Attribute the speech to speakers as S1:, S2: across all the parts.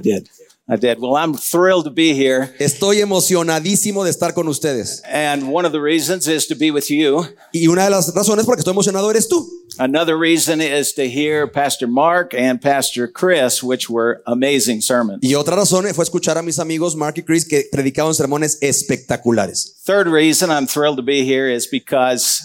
S1: did. I did. Well, I'm thrilled to be here.
S2: Estoy emocionadísimo de estar con ustedes.
S1: And one of the reasons is to be with you.
S2: Y una de las razones por las que estoy emocionado eres tú.
S1: Another reason is to hear Pastor Mark and Pastor Chris, which were amazing sermons.
S2: Y otra razón fue escuchar a mis amigos Mark y Chris que predicaban sermones espectaculares.
S1: Third reason I'm thrilled to be here is because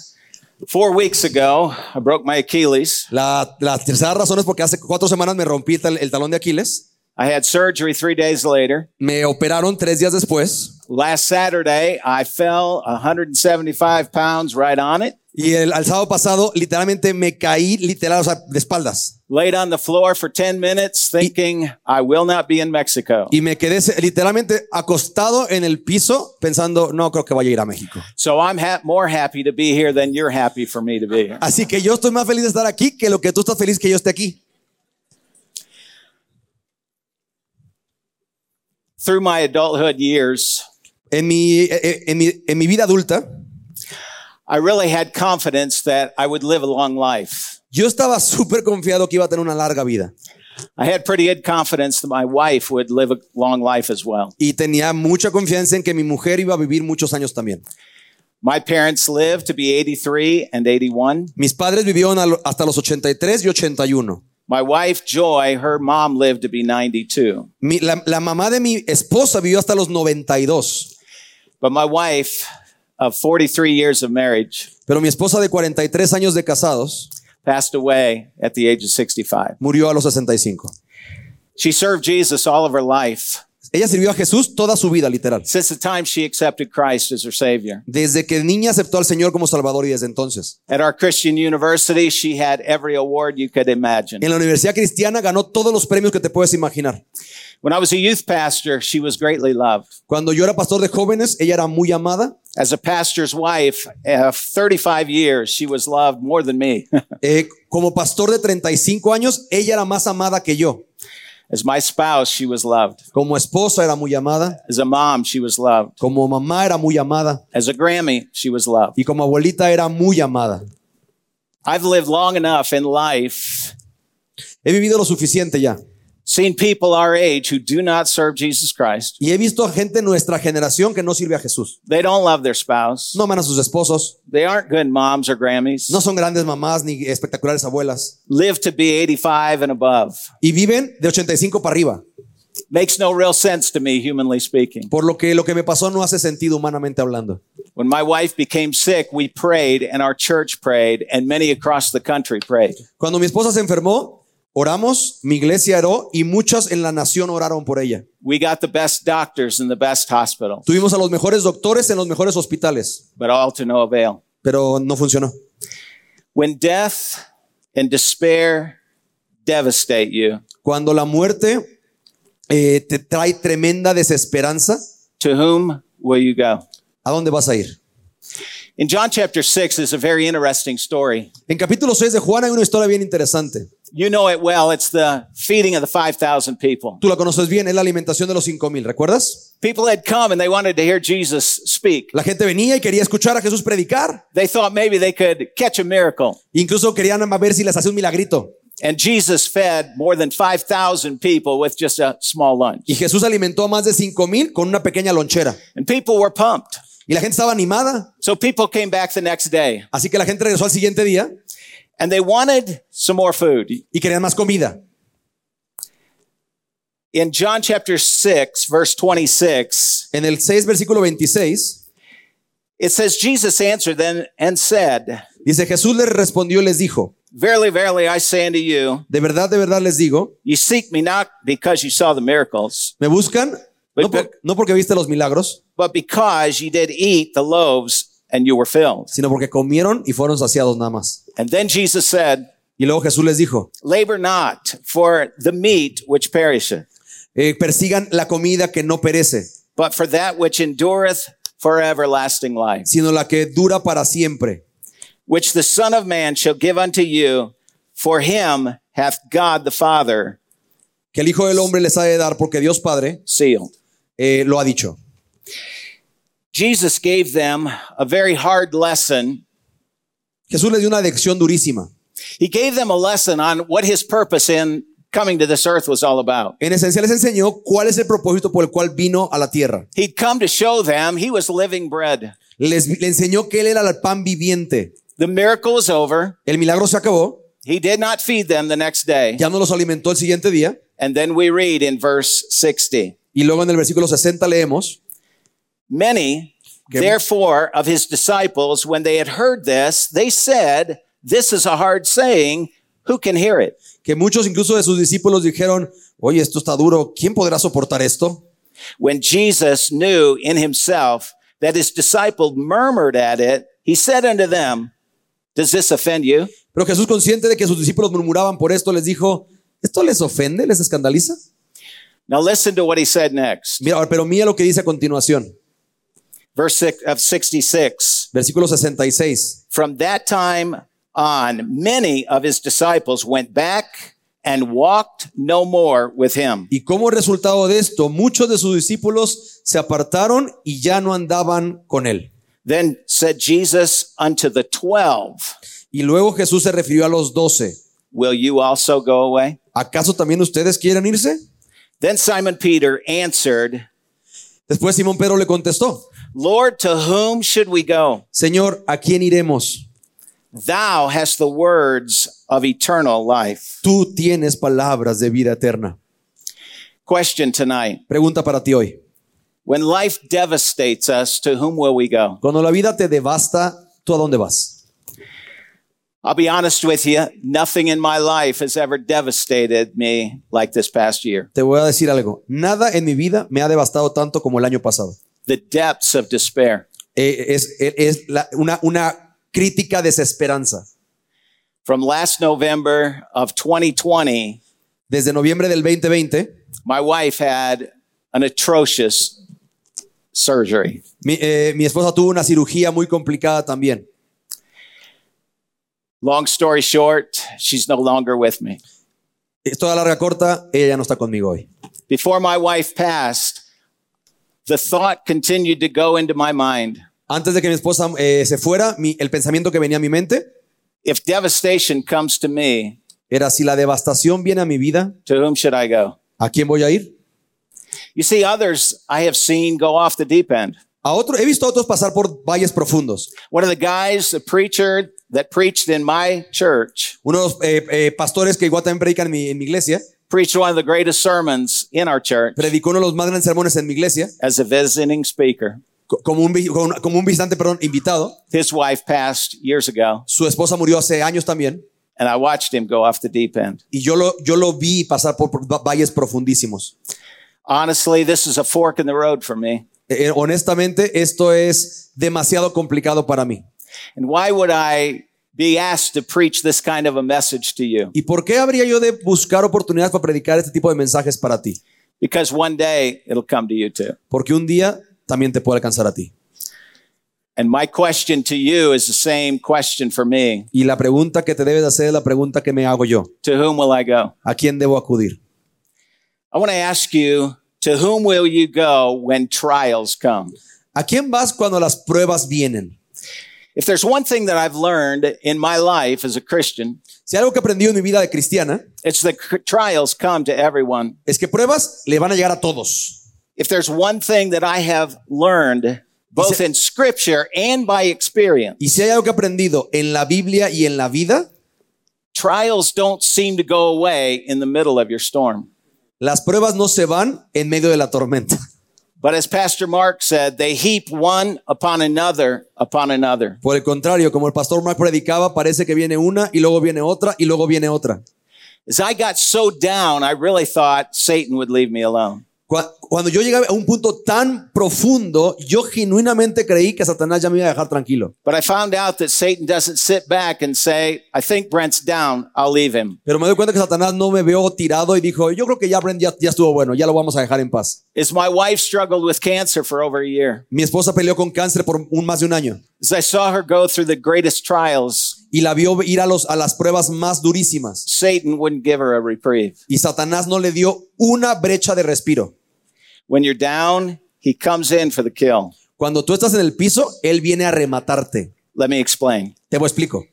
S1: four weeks ago, I broke my Achilles.
S2: La, la tercera razón es porque hace cuatro semanas me rompí el tal- el talón de Aquiles.
S1: I had surgery three days later.
S2: Me operaron tres días después.
S1: Last Saturday, I fell 175 pounds right on it,
S2: Y el al sábado pasado literalmente me caí literal, o sea, de espaldas.
S1: laid on the floor for 10 minutes thinking I will not be in Mexico.
S2: Y me quedé se- literalmente acostado en el piso pensando, no creo que vaya a ir a México.
S1: So I'm ha- more happy to be here than you're happy for me to be here.
S2: Así que yo estoy más feliz de estar aquí que lo que tú estás feliz que yo esté aquí.
S1: Through my adulthood years,
S2: En mi, eh, eh, en mi, en mi vida adulta,
S1: I really had confidence that I would live a long life.
S2: yo estaba súper confiado que iba a tener una larga vida.
S1: I had pretty good confidence that my wife would live a long life as well.
S2: Y tenía mucha confianza en que mi mujer iba a vivir muchos años también.
S1: My parents lived to be 83 and 81.
S2: Mis padres vivieron al- hasta los 83 y 81.
S1: My wife, Joy, her mom lived to be 92.
S2: Mi- la, la mamá de mi esposa vivió hasta los 92.
S1: But my wife of 43 years of marriage
S2: Pero mi esposa de 43 años de casados
S1: passed away at the age of 65.
S2: murió a los 65.
S1: She served Jesus all of her life
S2: Ella sirvió a Jesús toda su vida, literal.
S1: since the time she accepted Christ as her Savior.
S2: Desde que niña aceptó al Señor como Salvador y desde entonces.
S1: At our Christian university, she had every award you could imagine.
S2: En la universidad cristiana ganó todos los premios que te puedes imaginar.
S1: When I was a youth pastor, she was greatly loved.
S2: Cuando yo era pastor de jóvenes, ella era muy amada.
S1: As a pastor's wife of 35 years, she was loved more than me.
S2: Eh, como pastor de 35 años, ella era más amada que yo.
S1: As my spouse, she was loved.
S2: Como esposa era muy amada.
S1: As a mom, she was loved.
S2: Como mamá era muy amada.
S1: As a Grammy, she was loved.
S2: Y como abuelita era muy amada.
S1: I've lived long enough in life,
S2: He vivido lo suficiente ya.
S1: seen people our age who do not serve Jesus Christ.
S2: Y he visto a gente de nuestra generación que no sirve a Jesús.
S1: They don't love their spouse.
S2: No aman a sus esposos.
S1: They aren't good moms or Grammys.
S2: No son grandes mamás ni espectaculares abuelas.
S1: Live to be 85 and above.
S2: Y viven de 85 para arriba.
S1: Makes no real sense to me, humanly speaking.
S2: Por lo que lo que me pasó no hace sentido humanamente hablando.
S1: When my wife became sick, we prayed and our church prayed and many across the country prayed.
S2: Cuando mi esposa se enfermó, oramos, mi iglesia oró y muchas en la nación oraron por ella.
S1: We got the best doctors in the best hospital,
S2: Tuvimos a los mejores doctores en los mejores hospitales,
S1: but all to no avail.
S2: pero no funcionó.
S1: When death and despair devastate you,
S2: Cuando la muerte eh, te trae tremenda desesperanza,
S1: to whom will you go?
S2: ¿a dónde vas a ir?
S1: In John chapter 6 is a very interesting story.
S2: En capítulo 6 de Juan hay una historia bien interesante.
S1: You know it well. It's the feeding of the 5,000 people.
S2: Tú la conoces bien, es la alimentación de los 5000, ¿recuerdas?
S1: People had come and they wanted to hear Jesus speak.
S2: La gente venía y quería escuchar a Jesús predicar.
S1: They thought maybe they could catch a miracle.
S2: Incluso querían ver si les hacía un milagrito.
S1: And Jesus fed more than 5,000 people with just a small lunch.
S2: Y Jesús alimentó a más de 5000 con una pequeña lonchera.
S1: And people were pumped.
S2: Y la gente estaba animada.
S1: So people came back the next day
S2: Así que la gente regresó al siguiente día
S1: and they wanted some more food.
S2: y querían más comida.
S1: In John chapter 6, verse 26,
S2: En el 6, versículo 26,
S1: it says, Jesus answered then and said,
S2: dice, Jesús les respondió y les dijo,
S1: Verily, verily, I say unto you,
S2: de verdad, de verdad les digo,
S1: you seek me not because you saw the miracles,
S2: me buscan no, por- no porque viste los milagros,
S1: but because you did eat the loaves and you were filled.
S2: sino porque comieron y fueron saciados nada más.
S1: And then Jesus said,
S2: Y luego Jesús les dijo,
S1: Labor not for the meat which perisheth,
S2: eh, persigan la comida que no perece,
S1: but for that which endureth for everlasting life,
S2: sino la que dura para siempre,
S1: which the Son of Man shall give unto you, for him hath God the Father
S2: que el Hijo del Hombre les ha de dar, porque Dios Padre
S1: sealed.
S2: eh, lo ha dicho.
S1: Jesus gave them a very hard lesson.
S2: Jesús les dio una lección durísima.
S1: He gave them a lesson on what his purpose in coming to this earth was all about.
S2: En esencia les enseñó cuál es el propósito por el cual vino a la tierra.
S1: He'd come to show them he was living bread.
S2: Les, le enseñó que él era el pan viviente.
S1: The miracle was over.
S2: El milagro se acabó.
S1: He did not feed them the next day.
S2: Ya no los alimentó el siguiente día.
S1: And then we read in verse 60
S2: Y luego en el versículo 60 leemos.
S1: Many,
S2: Que-
S1: therefore, of his disciples, when they had heard this, they said, This is a hard saying. Who can hear it?
S2: que muchos incluso de sus discípulos dijeron, oye, esto está duro, ¿quién podrá soportar esto?
S1: When Jesus knew in himself that his disciples murmured at it, he said unto them, Does this offend you?
S2: Pero Jesús, consciente de que sus discípulos murmuraban por esto, les dijo, ¿esto les ofende? ¿Les escandaliza?
S1: Now listen to what he said next.
S2: Mira, pero mira lo que dice a continuación,
S1: Verse six, of 66.
S2: versículo 66.
S1: From that time on, many of his disciples went back and walked no more with him.
S2: Y como resultado de esto, muchos de sus discípulos se apartaron y ya no andaban con él.
S1: Then said Jesus unto the twelve,
S2: Y luego Jesús se refirió a los doce.
S1: Will you also go away?
S2: ¿Acaso también ustedes quieren irse?
S1: Then Simon Peter answered,
S2: Después Simón Pedro le contestó,
S1: Lord, to whom should we go?
S2: Señor, ¿a quién iremos?
S1: Thou hast the words of eternal life.
S2: Tú tienes palabras de vida eterna.
S1: Question tonight.
S2: Pregunta para ti hoy.
S1: When life devastates us, to whom will we go?
S2: Cuando la vida te devasta, ¿tú a dónde vas?
S1: I'll be honest with you. Nothing in my life has ever devastated me like this past year.
S2: Te voy a decir algo. Nada en mi vida me ha devastado tanto como el año pasado.
S1: The depths of despair.
S2: Eh, es eh, es la- una, una crítica desesperanza.
S1: From last November of 2020,
S2: Desde noviembre del 2020,
S1: my wife had an atrocious surgery.
S2: mi, eh, mi esposa tuvo una cirugía muy complicada también.
S1: Long story short, she's no longer with me.
S2: Es toda larga corta, ella ya no está conmigo hoy.
S1: Before my wife passed, the thought continued to go into my mind.
S2: Antes de que mi esposa eh, se fuera, mi- el pensamiento que venía a mi mente
S1: If devastation comes to me,
S2: era, si la devastación viene a mi vida,
S1: to whom should I go?
S2: ¿a quién voy a ir?
S1: You see, others I have seen go off the deep end.
S2: A otro, he visto a otros pasar por valles profundos.
S1: One of the guys, the preacher that preached in my church,
S2: Uno de los eh, eh, pastores que igual también predican en mi, en mi iglesia,
S1: preached one of the greatest sermons in our church
S2: predicó uno de los más grandes sermones en mi iglesia,
S1: as a visiting speaker.
S2: co- como un, vi- con- como un visitante, perdón, invitado.
S1: His wife passed years ago,
S2: Su esposa murió hace años también.
S1: and I watched him go off the deep end.
S2: Y yo lo, yo lo vi pasar por, por va- valles profundísimos.
S1: Honestly, this is a fork in the road for me.
S2: Eh, eh, honestamente, esto es demasiado complicado para mí.
S1: And why would I be asked to preach this kind of a message to you?
S2: ¿Y por qué habría yo de buscar oportunidades para predicar este tipo de mensajes para ti?
S1: Because one day it'll come to you too.
S2: Porque un día también te puede alcanzar a ti.
S1: And my question to you is the same question for me.
S2: Y la pregunta que te debes hacer es la pregunta que me hago yo.
S1: To whom will I go?
S2: ¿A quién debo acudir?
S1: I want to ask you, to whom will you go when trials come?
S2: ¿A quién vas cuando las pruebas vienen?
S1: If there's one thing that I've learned in my life as a Christian,
S2: Si algo que aprendí en mi vida de cristiana
S1: it's that cr- trials come to everyone.
S2: es que pruebas le van a llegar a todos.
S1: If there's one thing that I have learned, both in scripture and by experience,
S2: Y si hay algo que he aprendido en la Biblia y en la vida,
S1: trials don't seem to go away in the middle of your storm.
S2: las pruebas no se van en medio de la tormenta.
S1: But as Pastor Mark said, they heap one upon another upon another.
S2: Por el contrario, como el pastor Mark predicaba, parece que viene una y luego viene otra y luego viene otra.
S1: As I got so down, I really thought Satan would leave me alone.
S2: Cua- Cuando yo llegué a un punto tan profundo, yo genuinamente creí que Satanás ya me iba a dejar tranquilo.
S1: But I found out that Satan doesn't sit back and say, I think Brent's down, I'll leave him.
S2: Pero me doy cuenta que Satanás no me veo tirado y dijo, yo creo que ya, Brent, ya, ya estuvo bueno, ya lo vamos a dejar en paz.
S1: As my wife struggled with cancer for over a year,
S2: Mi esposa peleó con cáncer por un, más de un año
S1: as I saw her go through the greatest trials,
S2: y la vio ir a, los, a las pruebas más durísimas.
S1: Satan wouldn't give her a reprieve.
S2: Y Satanás no le dio una brecha de respiro.
S1: When you're down, he comes in for the kill.
S2: Cuando tú estás en el piso, él viene a rematarte.
S1: Let me explain.
S2: Te lo explico.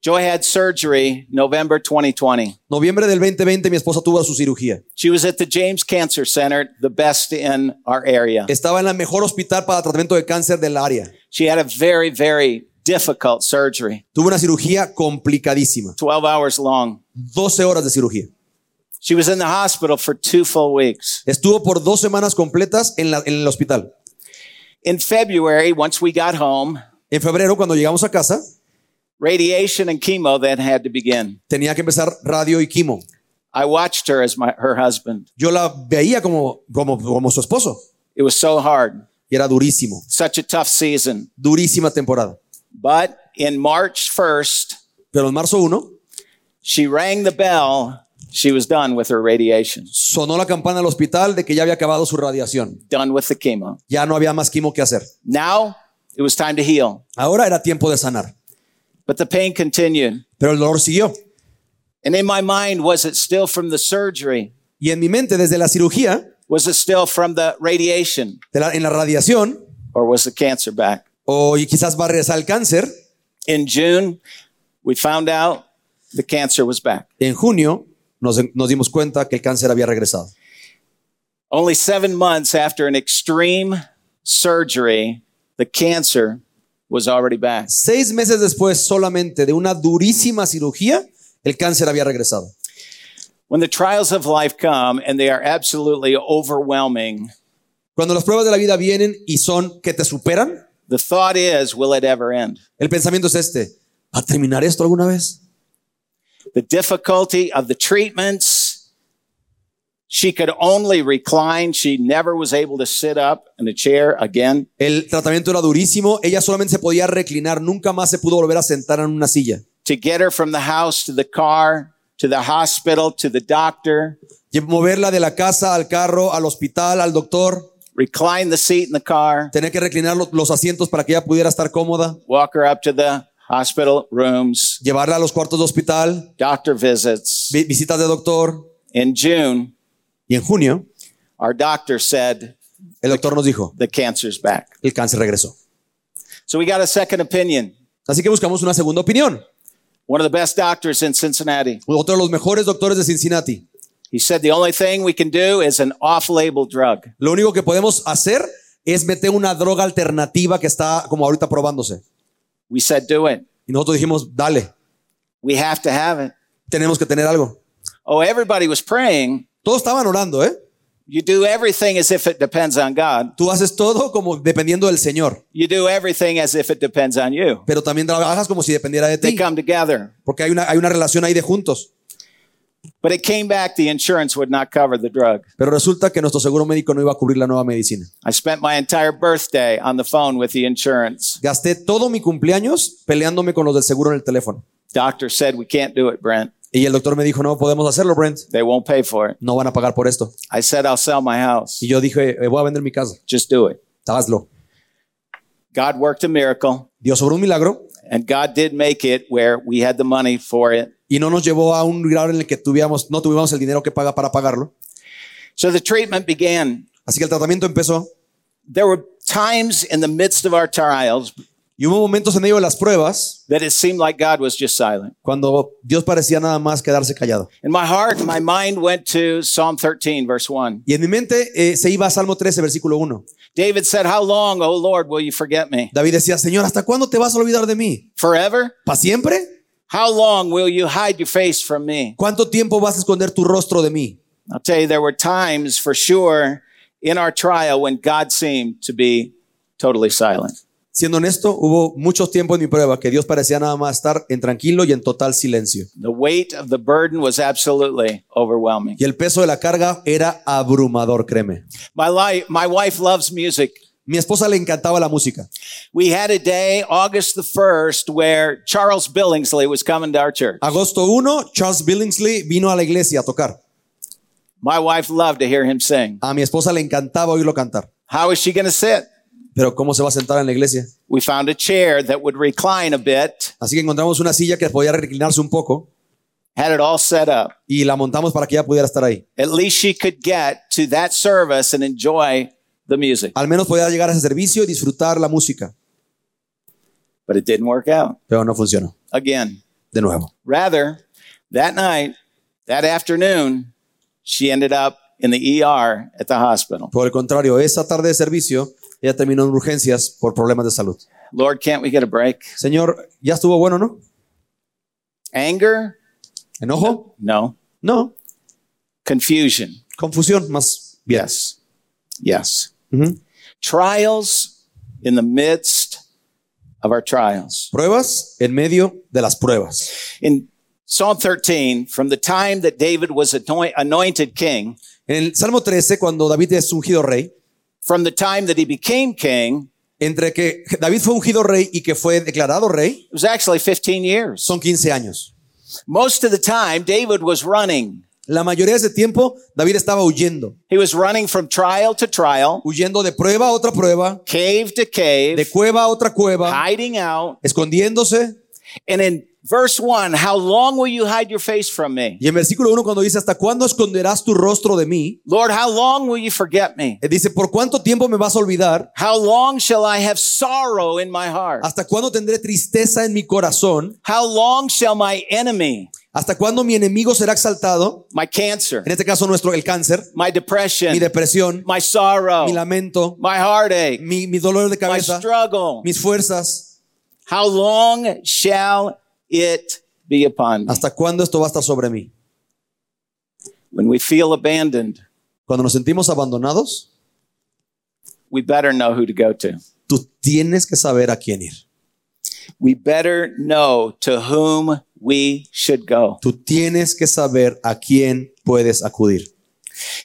S1: Joy had surgery November 2020.
S2: Noviembre del 2020 mi esposa tuvo su cirugía.
S1: She was at the James Cancer Center, the best in our area.
S2: Estaba en la mejor hospital para tratamiento de cáncer del área.
S1: She had a very, very difficult surgery,
S2: Tuvo una cirugía complicadísima.
S1: 12 hours long.
S2: 12 horas de cirugía.
S1: She was in the hospital for two full weeks.
S2: Estuvo por dos semanas completas en, la- en el hospital.
S1: In February, once we got home,
S2: En febrero, cuando llegamos a casa,
S1: radiation and chemo then had to begin.
S2: tenía que empezar radio y quimo.
S1: I watched her as my, her husband.
S2: Yo la veía como, como, como su esposo.
S1: It was so hard,
S2: Y era durísimo.
S1: such a tough season.
S2: Durísima temporada.
S1: But in March 1st,
S2: Pero en marzo 1
S1: she rang the bell. She was done with her radiation,
S2: sonó la campana al hospital de que ya había acabado su radiación.
S1: done with the chemo.
S2: Ya no había más quimo que hacer.
S1: Now it was time to heal,
S2: Ahora era tiempo de sanar.
S1: but the pain continued.
S2: Pero el dolor siguió.
S1: And in my mind, was it still from the surgery?
S2: Y en mi mente, desde la cirugía,
S1: Was it still from the radiation
S2: de la- en la radiación,
S1: or was the cancer back?
S2: o y quizás va a regresar al cáncer,
S1: In June, we found out the cancer was back.
S2: en junio nos, nos dimos cuenta que el cáncer había regresado.
S1: Only seven months after an extreme surgery, the cancer was already back.
S2: Seis meses después solamente de una durísima cirugía, el cáncer había regresado.
S1: When the trials of life come and they are absolutely overwhelming,
S2: Cuando las pruebas de la vida vienen y son que te superan,
S1: the thought is, will it ever end?
S2: el pensamiento es este, ¿va a terminar esto alguna vez?
S1: The difficulty of the treatments. She could only recline. She never was able to sit up in a chair again.
S2: El tratamiento era durísimo, ella solamente se podía reclinar, nunca más se pudo volver a sentar en una silla.
S1: to get her from the house to the car, to the hospital, to the doctor,
S2: Y moverla de la casa al carro, al hospital, al doctor,
S1: recline the seat in the car,
S2: tener que reclinar lo- los asientos para que ella pudiera estar cómoda,
S1: walk her up to the hospital rooms,
S2: llevarla a los cuartos de hospital,
S1: doctor visits.
S2: vi- visitas de doctor.
S1: In June,
S2: Y en junio,
S1: our doctor said
S2: el doctor nos dijo,
S1: the cancer's back.
S2: el cáncer regresó.
S1: So we got a second opinion.
S2: Así que buscamos una segunda opinión.
S1: One of the best doctors in Cincinnati.
S2: Otro de los mejores doctores de Cincinnati.
S1: He said the only thing we can do is an off label drug.
S2: Lo único que podemos hacer es meter una droga alternativa que está como ahorita probándose.
S1: We said, do it.
S2: Y nosotros dijimos, dale,
S1: We have to have it.
S2: tenemos que tener algo.
S1: Oh, everybody was praying.
S2: Todos estaban orando, ¿eh?
S1: You do everything as if it depends on God.
S2: Tú haces todo como dependiendo del Señor,
S1: You do everything as if it depends on you.
S2: pero también trabajas como si dependiera de
S1: They
S2: ti,
S1: come together.
S2: porque hay una, hay una relación ahí de juntos.
S1: But it came back, the insurance would not cover the drug.
S2: Pero resulta que nuestro seguro médico no iba a cubrir la nueva medicina.
S1: I spent my entire birthday on the phone with the insurance.
S2: Gasté todo mi cumpleaños peleándome con los del seguro en el teléfono.
S1: Doctor said, We can't do it, Brent.
S2: Y el doctor me dijo, no podemos hacerlo, Brent.
S1: They won't pay for it.
S2: No van a pagar por esto.
S1: I said, I'll sell my house.
S2: Y yo dije, "Eh, voy a vender mi casa.
S1: Just do it.
S2: Hazlo.
S1: God worked a miracle,
S2: Dios sobre un milagro
S1: and God did make it where we had the money for it.
S2: y no nos llevó a un grado en el que tuviéramos, no tuviéramos el dinero que paga para pagarlo.
S1: So the treatment began.
S2: Así que el tratamiento empezó
S1: There were times in the midst of our trials
S2: y hubo momentos en medio de las pruebas
S1: that it seemed like God was just silent.
S2: cuando Dios parecía nada más quedarse callado.
S1: In my heart, my mind went to Psalm 13, verse 1.
S2: Y en mi mente eh, se iba a Salmo 13, versículo 1.
S1: David said, How long, O Lord, will you forget me?
S2: David decía, Señor, ¿hasta cuándo te vas a olvidar de mí?
S1: Forever?
S2: ¿Para siempre?
S1: How long will you hide your face from me?
S2: ¿Cuánto tiempo vas a esconder tu rostro de mí?
S1: I'll tell you, there were times for sure in our trial when God seemed to be totally silent.
S2: Siendo honesto, hubo muchos tiempos en mi prueba que Dios parecía nada más estar en tranquilo y en total silencio.
S1: The weight of the burden was absolutely overwhelming.
S2: Y el peso de la carga era abrumador, créeme.
S1: My, li- my wife loves music.
S2: Mi esposa le encantaba la música.
S1: We had a day, August the 1st, where Charles Billingsley was coming to our church.
S2: Agosto 1, Charles Billingsley vino a la iglesia a tocar.
S1: My wife loved to hear him sing.
S2: A mi esposa le encantaba oírlo cantar.
S1: How is she going to sit?
S2: Pero ¿cómo se va a sentar en la iglesia?
S1: We found a chair that would recline a bit,
S2: Así que encontramos una silla que podía reclinarse un poco
S1: had it all set up.
S2: y la montamos para que ella pudiera estar ahí.
S1: at least she could get to that service and enjoy the music.
S2: Al menos podía llegar a ese servicio y disfrutar la música.
S1: But it didn't work out.
S2: Pero no funcionó.
S1: Again,
S2: de nuevo.
S1: Rather, that night, that afternoon, she ended up in the ER at the hospital.
S2: Por el contrario, esa tarde de servicio, ella terminó en urgencias por problemas de salud.
S1: Lord, can't we get a break?
S2: Señor, ¿ya estuvo bueno, no?
S1: Anger?
S2: ¿Enojo?
S1: No.
S2: No.
S1: Confusion?
S2: Confusión, más bien.
S1: Yes. Yes.
S2: Ujú.
S1: Trials in the midst of our trials.
S2: Pruebas en medio de las pruebas.
S1: In Psalm 13, from the time that David was anoint- anointed king,
S2: En el Salmo 13, cuando David es ungido rey,
S1: from the time that he became king,
S2: entre que David fue ungido rey y que fue declarado rey,
S1: it was actually 15 years.
S2: son 15 años.
S1: Most of the time, David was running.
S2: La mayoría de ese tiempo, David estaba huyendo,
S1: He was running from trial to trial,
S2: huyendo de prueba a otra prueba,
S1: cave to
S2: de
S1: cave,
S2: cueva a otra cueva,
S1: hiding out.
S2: escondiéndose.
S1: And in verse 1, how long will you hide your face from me?
S2: Y en versículo 1, cuando dice, ¿hasta cuándo esconderás tu rostro de mí?
S1: Lord, how long will you forget me?
S2: Él dice, ¿por cuánto tiempo me vas a olvidar?
S1: How long shall I have sorrow in my heart?
S2: ¿Hasta cuándo tendré tristeza en mi corazón?
S1: How long shall my enemy,
S2: ¿Hasta cuándo mi enemigo será exaltado?
S1: my cancer,
S2: En este caso nuestro, el cáncer,
S1: my
S2: mi
S1: depression,
S2: depresión,
S1: my sorrow,
S2: mi lamento,
S1: my heartache,
S2: mi, mi dolor
S1: my
S2: de cabeza,
S1: struggle,
S2: mis fuerzas.
S1: how long shall it be upon me?
S2: ¿Hasta cuándo esto va a estar sobre mí?
S1: When we feel abandoned,
S2: Cuando nos sentimos abandonados,
S1: we better know who to go to.
S2: tú tienes que saber a quién ir.
S1: We better know to whom we should go.
S2: Tú tienes que saber a quién puedes acudir.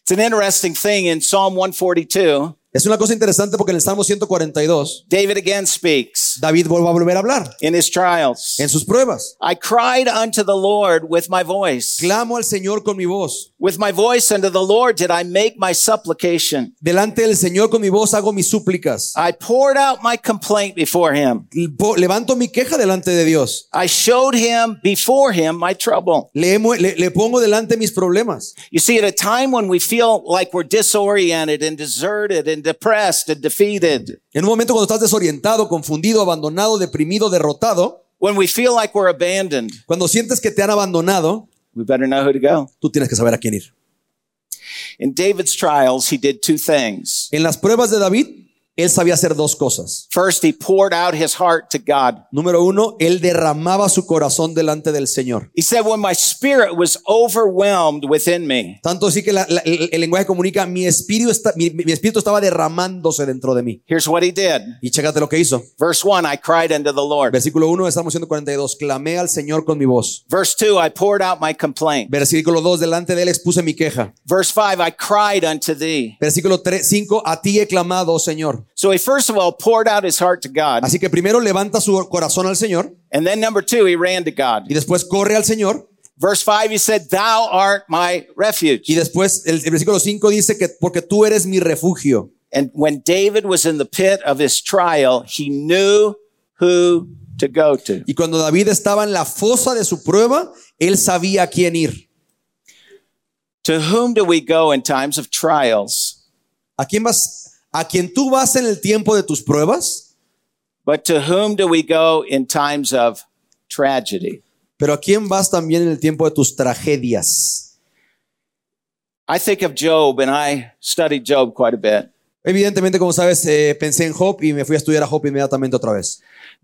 S1: It's an interesting thing in Psalm 142.
S2: Es una cosa interesante porque en el Salmo 142,
S1: David again speaks
S2: David vuelve a volver a hablar
S1: in his trials.
S2: en sus pruebas.
S1: I cried unto the Lord with my voice.
S2: Clamo al Señor con mi voz.
S1: With my voice unto the Lord did I make my supplication.
S2: Delante del Señor con mi voz hago mis súplicas.
S1: I poured out my complaint before him.
S2: Po- Levanto mi queja delante de Dios.
S1: I showed him before him my trouble.
S2: Le, hemo- le- le pongo delante mis problemas.
S1: You see, at a time when we feel like we're disoriented and deserted and depressed and defeated,
S2: En un momento cuando estás desorientado, confundido, abandonado, deprimido, derrotado,
S1: when we feel like we're abandoned,
S2: cuando sientes que te han abandonado,
S1: we better know who to go.
S2: tú tienes que saber a quién ir.
S1: In David's trials, he did two things.
S2: En las pruebas de David, él sabía hacer dos cosas.
S1: First, he poured out his heart to God.
S2: Número uno, él derramaba su corazón delante del Señor.
S1: He said, When my spirit was overwhelmed within me,
S2: Tanto así que la- la- el, el lenguaje comunica, mi espíritu, está- mi, mi- mi espíritu estaba derramándose dentro de mí.
S1: here's what he did.
S2: Y chécate lo que hizo.
S1: Verse one, I cried unto the Lord.
S2: Versículo 1 de Salmo 142, clamé al Señor con mi voz.
S1: Verse two, I poured out my complaint.
S2: Versículo 2, delante de él expuse mi queja.
S1: Verse five, I cried unto thee.
S2: Versículo 3, 5, a ti he clamado, oh Señor.
S1: So he first of all poured out his heart to God.
S2: Así que primero levanta su corazón al Señor
S1: And then number two, he ran to God.
S2: y después corre al Señor.
S1: Verse five, he said, Thou art my
S2: Y
S1: refuge.
S2: después el, el versículo 5 dice que porque tú eres mi refugio.
S1: And when David was in the pit of his trial, he knew who to go to.
S2: Y cuando David estaba en la fosa de su prueba, él sabía a quién ir.
S1: To whom do we go in times of trials?
S2: ¿A quién vas? ¿A quién tú vas en el tiempo de tus pruebas?
S1: But to whom do we go in times of tragedy?
S2: Pero ¿a quién vas también en el tiempo de tus tragedias?
S1: I think of Job and I studied Job quite a bit.
S2: Evidentemente, como sabes, eh, pensé en Job y me fui a estudiar a Job inmediatamente otra vez.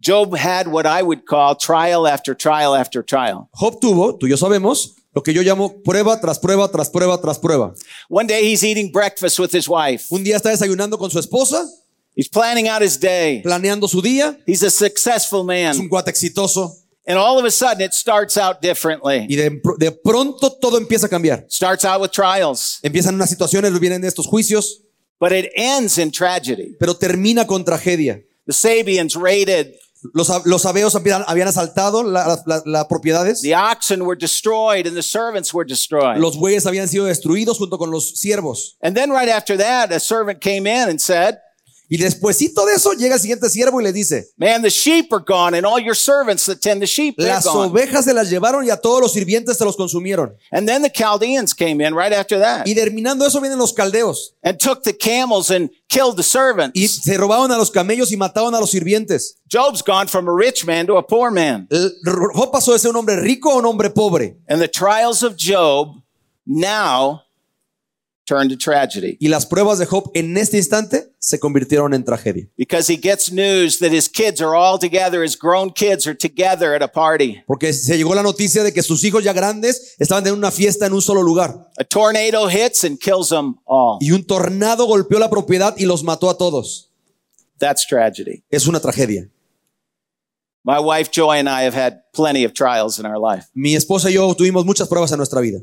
S1: Job had what I would call trial after trial after trial.
S2: Job tuvo, tú y yo sabemos, lo que yo llamo prueba tras prueba tras prueba tras prueba.
S1: One day he's eating breakfast with his wife.
S2: Un día está desayunando con su esposa,
S1: He's planning out his day.
S2: planeando su día,
S1: He's a successful
S2: es un
S1: man.
S2: cuate exitoso
S1: And all of a sudden it starts out
S2: y
S1: differently.
S2: de, de pronto todo empieza a cambiar.
S1: Starts out with trials,
S2: Empiezan unas situaciones, vienen estos juicios,
S1: but it ends in tragedy.
S2: pero termina con tragedia.
S1: The Sabians raided,
S2: Los, los sabeos habían, habían asaltado la- la- la- las propiedades.
S1: the oxen were destroyed and the servants were destroyed.
S2: Los bueyes habían sido destruidos junto con los siervos.
S1: And then right after that, a servant came in and said,
S2: Y despuesito de eso llega el siguiente siervo y le dice,
S1: Man, the sheep are gone and all your servants that tend the sheep, they're
S2: las
S1: gone.
S2: ovejas se las llevaron y a todos los sirvientes se los consumieron.
S1: And then the Chaldeans came in right after that
S2: Y terminando eso vienen los caldeos
S1: and took the camels and killed the
S2: y
S1: servants.
S2: se robaron a los camellos y mataban a los sirvientes.
S1: Job's gone from a rich man to a poor man.
S2: El- Job pasó de ser un hombre rico a un hombre pobre.
S1: And the trials of Job now turn to tragedy
S2: Y las pruebas de Job en este instante se convirtieron en tragedia.
S1: because he gets news that his kids are all together, his grown kids are together at a party.
S2: Porque se llegó la noticia de que sus hijos ya grandes estaban teniendo una fiesta en un solo lugar.
S1: A tornado hits and kills them all.
S2: Y un tornado golpeó la propiedad y los mató a todos.
S1: That's tragedy.
S2: Es una tragedia.
S1: My wife Joy and I have had plenty of trials in our life,
S2: Mi esposa y yo tuvimos muchas pruebas en nuestra vida,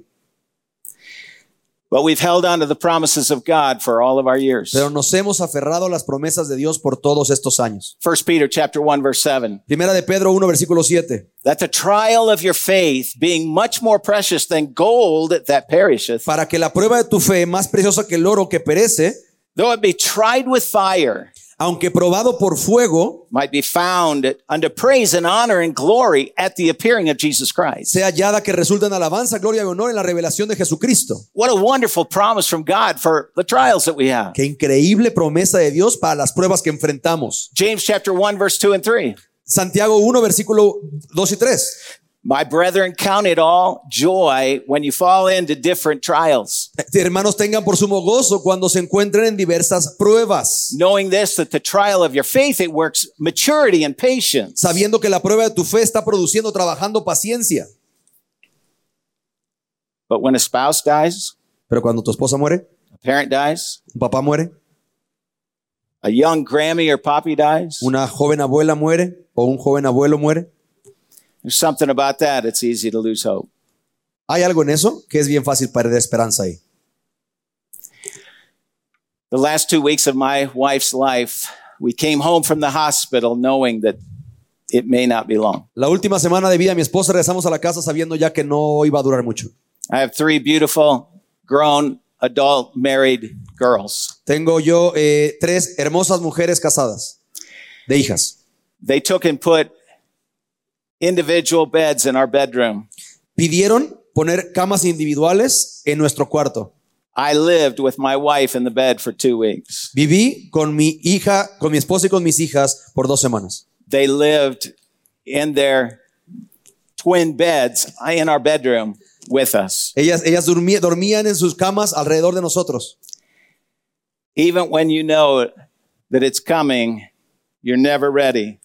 S1: but we've held on to the promises of God for all of our years.
S2: pero nos hemos aferrado a las promesas de Dios por todos estos años.
S1: First Peter chapter 1 verse 7.
S2: Primera de Pedro 1, versículo 7.
S1: That the trial of your faith being much more precious than gold that perisheth,
S2: Para que la prueba de tu fe, más preciosa que el oro que perece,
S1: though it be tried with fire,
S2: aunque probado por fuego,
S1: might be found unto praise and honor and glory at the appearing of Jesus Christ.
S2: sea hallada que resulta en alabanza, gloria y honor en la revelación de Jesucristo.
S1: What a wonderful promise from God for the trials that we have.
S2: Qué increíble promesa de Dios para las pruebas que enfrentamos.
S1: James chapter 1 verse 2 and 3.
S2: Santiago 1, versículo 2 y 3.
S1: My brethren, count it all joy when you fall into different trials,
S2: Hermanos, tengan por sumo gozo cuando se encuentren en diversas pruebas,
S1: knowing this, that the trial of your faith, it works maturity and patience.
S2: sabiendo que la prueba de tu fe está produciendo, trabajando paciencia.
S1: But when a spouse dies,
S2: Pero cuando tu esposa muere,
S1: a parent dies,
S2: un papá muere,
S1: a young Grammy or Poppy dies,
S2: una joven abuela muere o un joven abuelo muere,
S1: there's something about that. It's easy to lose hope.
S2: hay algo en eso que es bien fácil perder esperanza ahí.
S1: The last two weeks of my wife's life, we came home from the hospital knowing that it may not be long.
S2: La última semana de vida de mi esposa regresamos a la casa sabiendo ya que no iba a durar mucho.
S1: I have three beautiful, grown, adult, married girls.
S2: Tengo yo eh, tres hermosas mujeres casadas, de hijas.
S1: They took and put individual beds in our bedroom.
S2: Pidieron poner camas individuales en nuestro cuarto.
S1: I lived with my wife in the bed for two weeks.
S2: Viví con mi hija, con mi esposa y con mis hijas por dos semanas.
S1: They lived in their twin beds in our bedroom with us.
S2: Ellas, ellas durmi- dormían en sus camas alrededor de nosotros.
S1: Even when you know that it's coming, you're never ready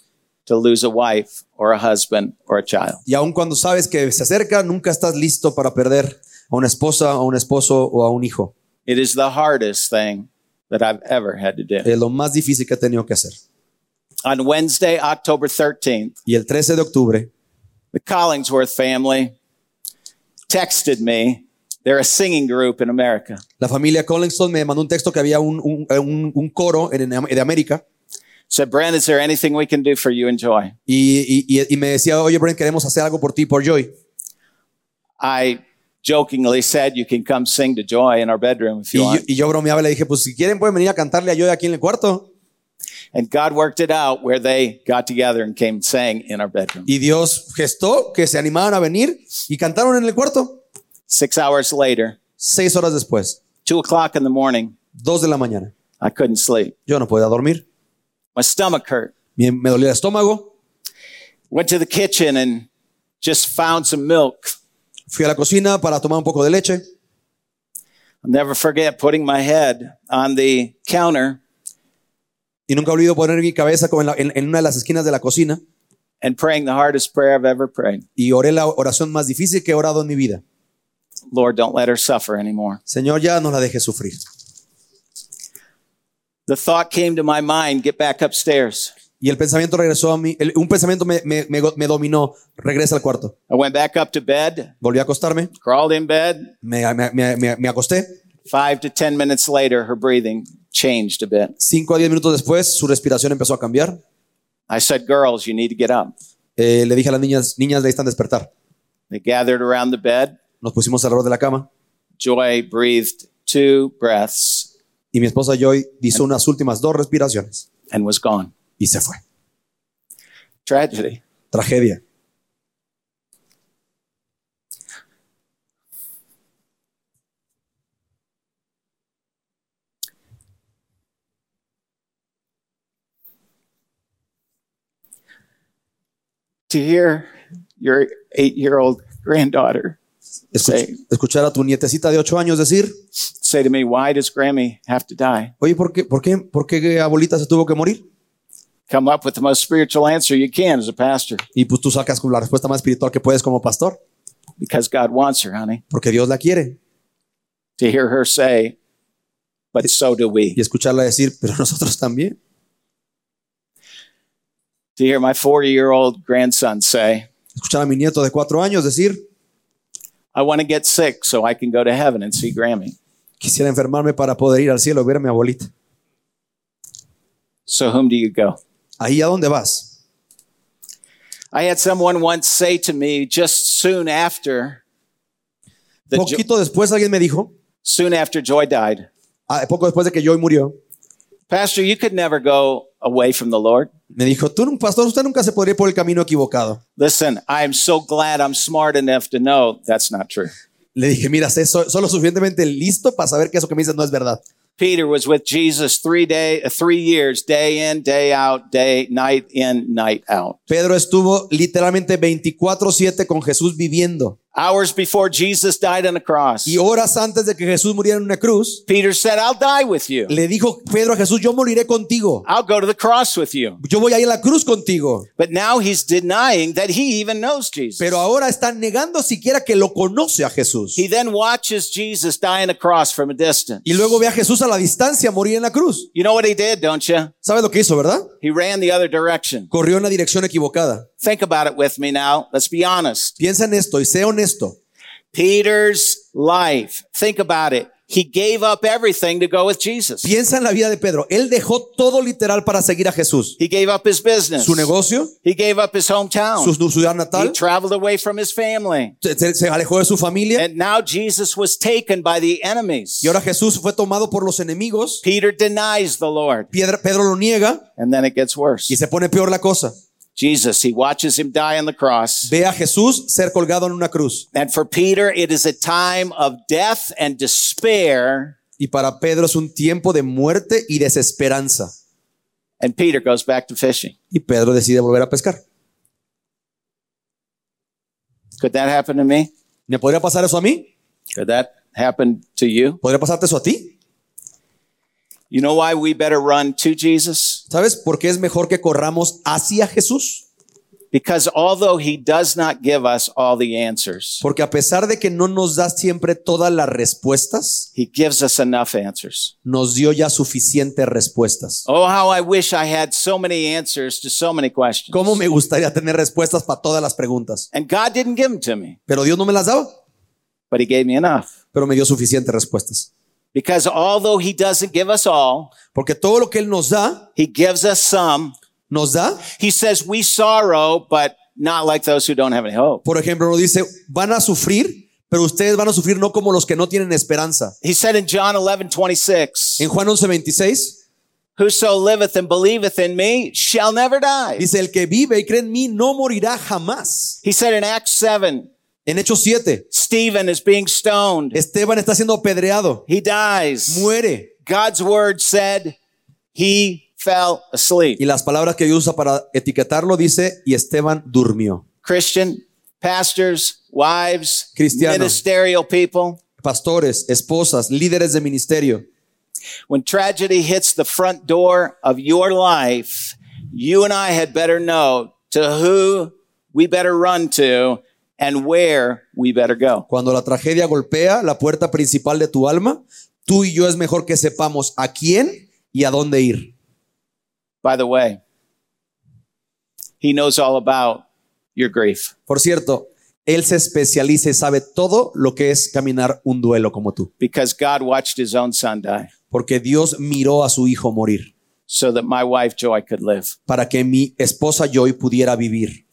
S1: to lose a wife or a husband or a child.
S2: Y aun cuando sabes que se acerca, nunca estás listo para perder a una esposa, a un esposo o a un hijo.
S1: It is the hardest thing that I've ever had to do.
S2: Es lo más difícil que he tenido que hacer.
S1: On Wednesday, October 13th,
S2: Y el 13 de octubre,
S1: the Collingsworth family texted me. They're a singing group in America.
S2: la familia Collingston me mandó un texto que había un, un- eh, un- un coro en, en- de América
S1: Said, Brent, is there anything we can do for you and Joy?
S2: y, y- y- y me decía, oye, Brent, queremos hacer algo por ti, por Joy.
S1: I jokingly said, you can come sing to Joy in our bedroom if
S2: Y
S1: you
S2: yo,
S1: want.
S2: y yo bromeaba y le dije, pues si quieren pueden venir a cantarle a Joy aquí en el cuarto.
S1: And God worked it out where they got together and came and sang in our bedroom.
S2: Y Dios gestó que se animaban a venir y cantaron en el cuarto.
S1: Six hours later,
S2: Seis horas después,
S1: two o'clock in the morning,
S2: dos de la mañana.
S1: I couldn't sleep.
S2: Yo no podía dormir.
S1: My stomach hurt.
S2: Me, me dolía el estómago.
S1: Went to the kitchen and just found some milk.
S2: Fui a la cocina para tomar un poco de leche.
S1: I'll never forget putting my head on the counter
S2: Y nunca olvido poner mi cabeza como en, la- en- en una de las esquinas de la cocina.
S1: and praying the hardest prayer I've ever prayed.
S2: Y oré la oración más difícil que he orado en mi vida.
S1: Lord, don't let her suffer anymore.
S2: Señor, ya no la deje sufrir.
S1: The thought came to my mind get back upstairs.
S2: Y el pensamiento regresó a mí. el- un pensamiento me, me- me go- me dominó. Regresa al cuarto.
S1: I went back up to bed,
S2: Volví a acostarme.
S1: crawled in bed.
S2: Me, me- me- me- me acosté.
S1: Five to 10 minutes later, her breathing changed a bit.
S2: Cinco a diez minutos después, su respiración empezó a cambiar.
S1: I said, Girls, you need to get up.
S2: Eh, le dije a las niñas, niñas, necesitan despertar.
S1: They gathered around the bed.
S2: Nos pusimos alrededor de la cama.
S1: Joy breathed two breaths
S2: Y mi esposa Joy hizo unas últimas dos respiraciones
S1: and was gone.
S2: y se fue.
S1: Tragedy.
S2: Tragedia.
S1: To hear your eight year old granddaughter
S2: Escuch-
S1: Sí.
S2: Escuchar a tu nietecita de ocho años decir,
S1: say to me, Why does Grammy have to die?
S2: oye, ¿por qué, por qué, por qué abuelita se tuvo que morir?
S1: Come up with the most spiritual answer you can as a pastor
S2: Y pues tú sacas con la respuesta más espiritual que puedes como pastor,
S1: because God wants her, honey,
S2: porque Dios la quiere.
S1: to hear her say, But so do we.
S2: Y escucharla decir, pero nosotros también.
S1: To hear my four year old grandson say,
S2: Escuchar a mi nieto de cuatro años decir,
S1: I want to get sick so I can go to heaven and see Grammy.
S2: quisiera enfermarme para poder ir al cielo a ver a mi abuelita.
S1: So whom do you go?
S2: Ahí a dónde vas.
S1: I had someone once say to me just soon after the jo-
S2: Poquito después alguien me dijo,
S1: soon after Joy died,
S2: ah, poco después de que Joy murió,
S1: Pastor, you could never go away from the Lord.
S2: me dijo, tú, nun- pastor, usted nunca se podría ir por el camino equivocado.
S1: Listen, I am so glad I'm smart enough to know that's not true.
S2: Le dije, mira, sé so- solo suficientemente listo para saber que eso que me dices no es verdad.
S1: Peter was with Jesus three day, uh, three years, day in, day out, day night in, night out.
S2: Pedro estuvo literalmente 24/7 con Jesús viviendo.
S1: Hours before Jesus died on the cross,
S2: Y horas antes de que Jesús muriera en una cruz,
S1: Peter said, "I'll die with you.
S2: le dijo Pedro a Jesús, yo moriré contigo.
S1: I'll go to the cross with you."
S2: Yo voy a ir a la cruz contigo.
S1: But now he's denying that he even knows Jesus.
S2: Pero ahora está negando siquiera que lo conoce a Jesús.
S1: He then watches Jesus die on a cross from a distance.
S2: Y luego ve a Jesús a la distancia morir en la cruz.
S1: You know what he did, don't you?
S2: ¿Sabes lo que hizo, verdad?
S1: He ran the other direction.
S2: Corrió en la dirección equivocada.
S1: Think about it with me now. Let's be honest.
S2: Piensa en esto y sé honesto.
S1: Peter's life. Think about it. He gave up everything to go with Jesus.
S2: Piensa en la vida de Pedro. Él dejó todo literal para seguir a Jesús.
S1: He gave up his business.
S2: Su negocio,
S1: He gave up his hometown.
S2: su ciudad
S1: He
S2: natal,
S1: traveled away from his family.
S2: se, se alejó de su familia.
S1: And now Jesus was taken by the enemies.
S2: Y ahora Jesús fue tomado por los enemigos.
S1: Peter denies the Lord.
S2: Piedra- Pedro lo niega
S1: And then it gets worse.
S2: y se pone peor la cosa.
S1: Jesus, he watches him die on the cross.
S2: Ve a Jesús ser colgado en una cruz.
S1: And for Peter, it is a time of death and despair.
S2: Y para Pedro es un tiempo de muerte y desesperanza.
S1: And Peter goes back to fishing.
S2: Y Pedro decide volver a pescar.
S1: Could that happen to me?
S2: ¿Me podría pasar eso a mí?
S1: Could that happen to you?
S2: ¿Podría pasarte eso a ti?
S1: You know why we better run to Jesus?
S2: ¿Sabes por qué es mejor que corramos hacia Jesús?
S1: Because although he does not give us all the answers,
S2: Porque a pesar de que no nos da siempre todas las respuestas,
S1: he gives us enough answers.
S2: nos dio ya suficientes respuestas.
S1: Oh, how I wish I had so many answers to so many questions.
S2: ¿Cómo me gustaría tener respuestas para todas las preguntas?
S1: And God didn't give them to me,
S2: Pero Dios no me las daba,
S1: but he gave me enough.
S2: pero me dio suficientes respuestas.
S1: Because although he doesn't give us all,
S2: Porque todo lo que Él nos da,
S1: he gives us some.
S2: nos da.
S1: He says we sorrow, but not like those who don't have any hope.
S2: Por ejemplo, nos dice, van a sufrir, pero ustedes van a sufrir no como los que no tienen esperanza.
S1: He said in John 11, 26,
S2: En Juan 11:26
S1: Whoso liveth and believeth in me shall never die.
S2: dice, el que vive y cree en mí no morirá jamás.
S1: He said in Acts 7,
S2: En Hechos 7,
S1: Stephen is being stoned.
S2: Esteban está siendo apedreado,
S1: He dies.
S2: muere.
S1: God's word said he fell asleep.
S2: Y las palabras que Dios usa para etiquetarlo dice, y Esteban durmió.
S1: Christian, pastors, wives,
S2: Cristiano.
S1: ministerial people,
S2: Pastores, esposas, líderes de ministerio.
S1: when tragedy hits the front door of your life, you and I had better know to who we better run to and where we better go.
S2: Cuando la tragedia golpea la puerta principal de tu alma, tú y yo es mejor que sepamos a quién y a dónde ir.
S1: By the way, he knows all about your grief.
S2: Por cierto, Él se especializa y sabe todo lo que es caminar un duelo como tú,
S1: because God watched his own son die
S2: porque Dios miró a su hijo morir
S1: so that my wife Joy could live.
S2: para que mi esposa Joy pudiera vivir.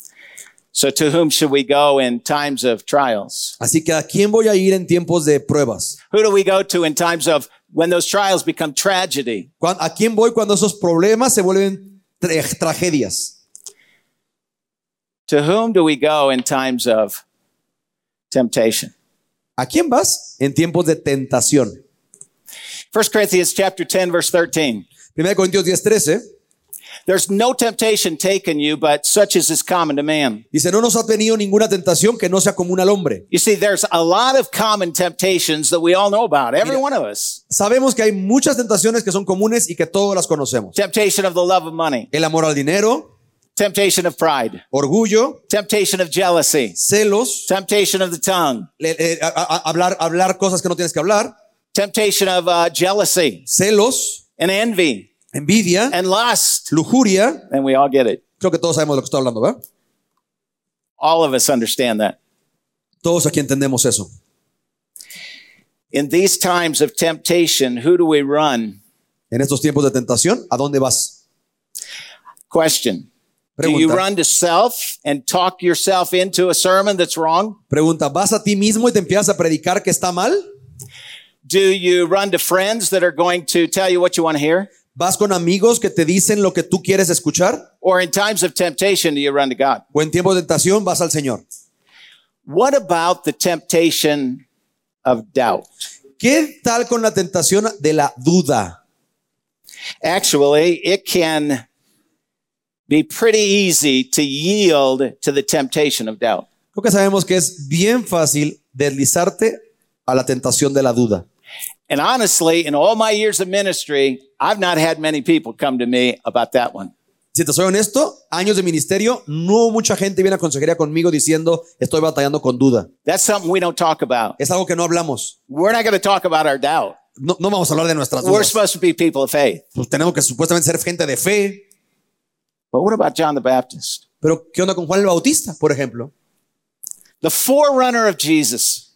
S1: So to whom should we go in times of trials?
S2: Así que a quién voy a ir en tiempos de pruebas?
S1: Who do we go to in times of when those trials become tragedy.
S2: Cuan- ¿A quién voy cuando esos problemas se vuelven tra- tragedias?
S1: To whom do we go in times of temptation?
S2: ¿A quién vas en tiempos de tentación?
S1: 1 Corinthians chapter 10 verse 13.
S2: 1 Corintios 10:13
S1: There's no temptation taken you but such as is common to man.
S2: dice, no nos ha tenido ninguna tentación que no sea común al hombre.
S1: You see there's a lot of common temptations that we all know about. Every
S2: Mira.
S1: one of us.
S2: Sabemos que hay muchas tentaciones que son comunes y que todos las conocemos.
S1: Temptation of the love of money,
S2: El amor al dinero,
S1: temptation of pride,
S2: orgullo,
S1: temptation of jealousy,
S2: celos,
S1: temptation of the tongue,
S2: le- eh, a- a- a- hablar, hablar cosas que no tienes que hablar,
S1: temptation of uh, jealousy
S2: celos,
S1: and envy
S2: envidia,
S1: and lust.
S2: lujuria.
S1: And we all get it.
S2: Creo que todos sabemos de lo que estoy hablando, ¿verdad?
S1: All of us understand that.
S2: Todos aquí entendemos eso.
S1: In these times of temptation, who do we run?
S2: En estos tiempos de tentación, ¿a dónde vas?
S1: Question. Do you
S2: Pregunta,
S1: run to self and talk yourself into a sermon that's wrong?
S2: pregunta, ¿vas a ti mismo y te empiezas a predicar que está mal?
S1: Do you run to friends that are going to tell you what you want to hear?
S2: ¿Vas con amigos que te dicen lo que tú quieres escuchar?
S1: Or in times of temptation, do you run to God?
S2: ¿O en tiempos de tentación vas al Señor?
S1: What about the temptation of doubt?
S2: ¿Qué tal con la tentación de la duda?
S1: Actually, it can be pretty easy to yield to the temptation of doubt.
S2: Creo que sabemos que es bien fácil deslizarte a la tentación de la duda.
S1: And honestly, in all my years of ministry, I've not had many people come to me about that one.
S2: Si te soy honesto, años de ministerio, no mucha gente viene a consejería conmigo diciendo estoy batallando con duda.
S1: That's something we don't talk about.
S2: Es algo que no hablamos.
S1: We're not going to talk about our doubt.
S2: No, no vamos a hablar de nuestras
S1: We're
S2: dudas.
S1: supposed to be people of faith.
S2: Pues tenemos que supuestamente ser gente de fe.
S1: But what about John the Baptist?
S2: Pero ¿qué onda con Juan el Bautista, por ejemplo?
S1: The forerunner of Jesus,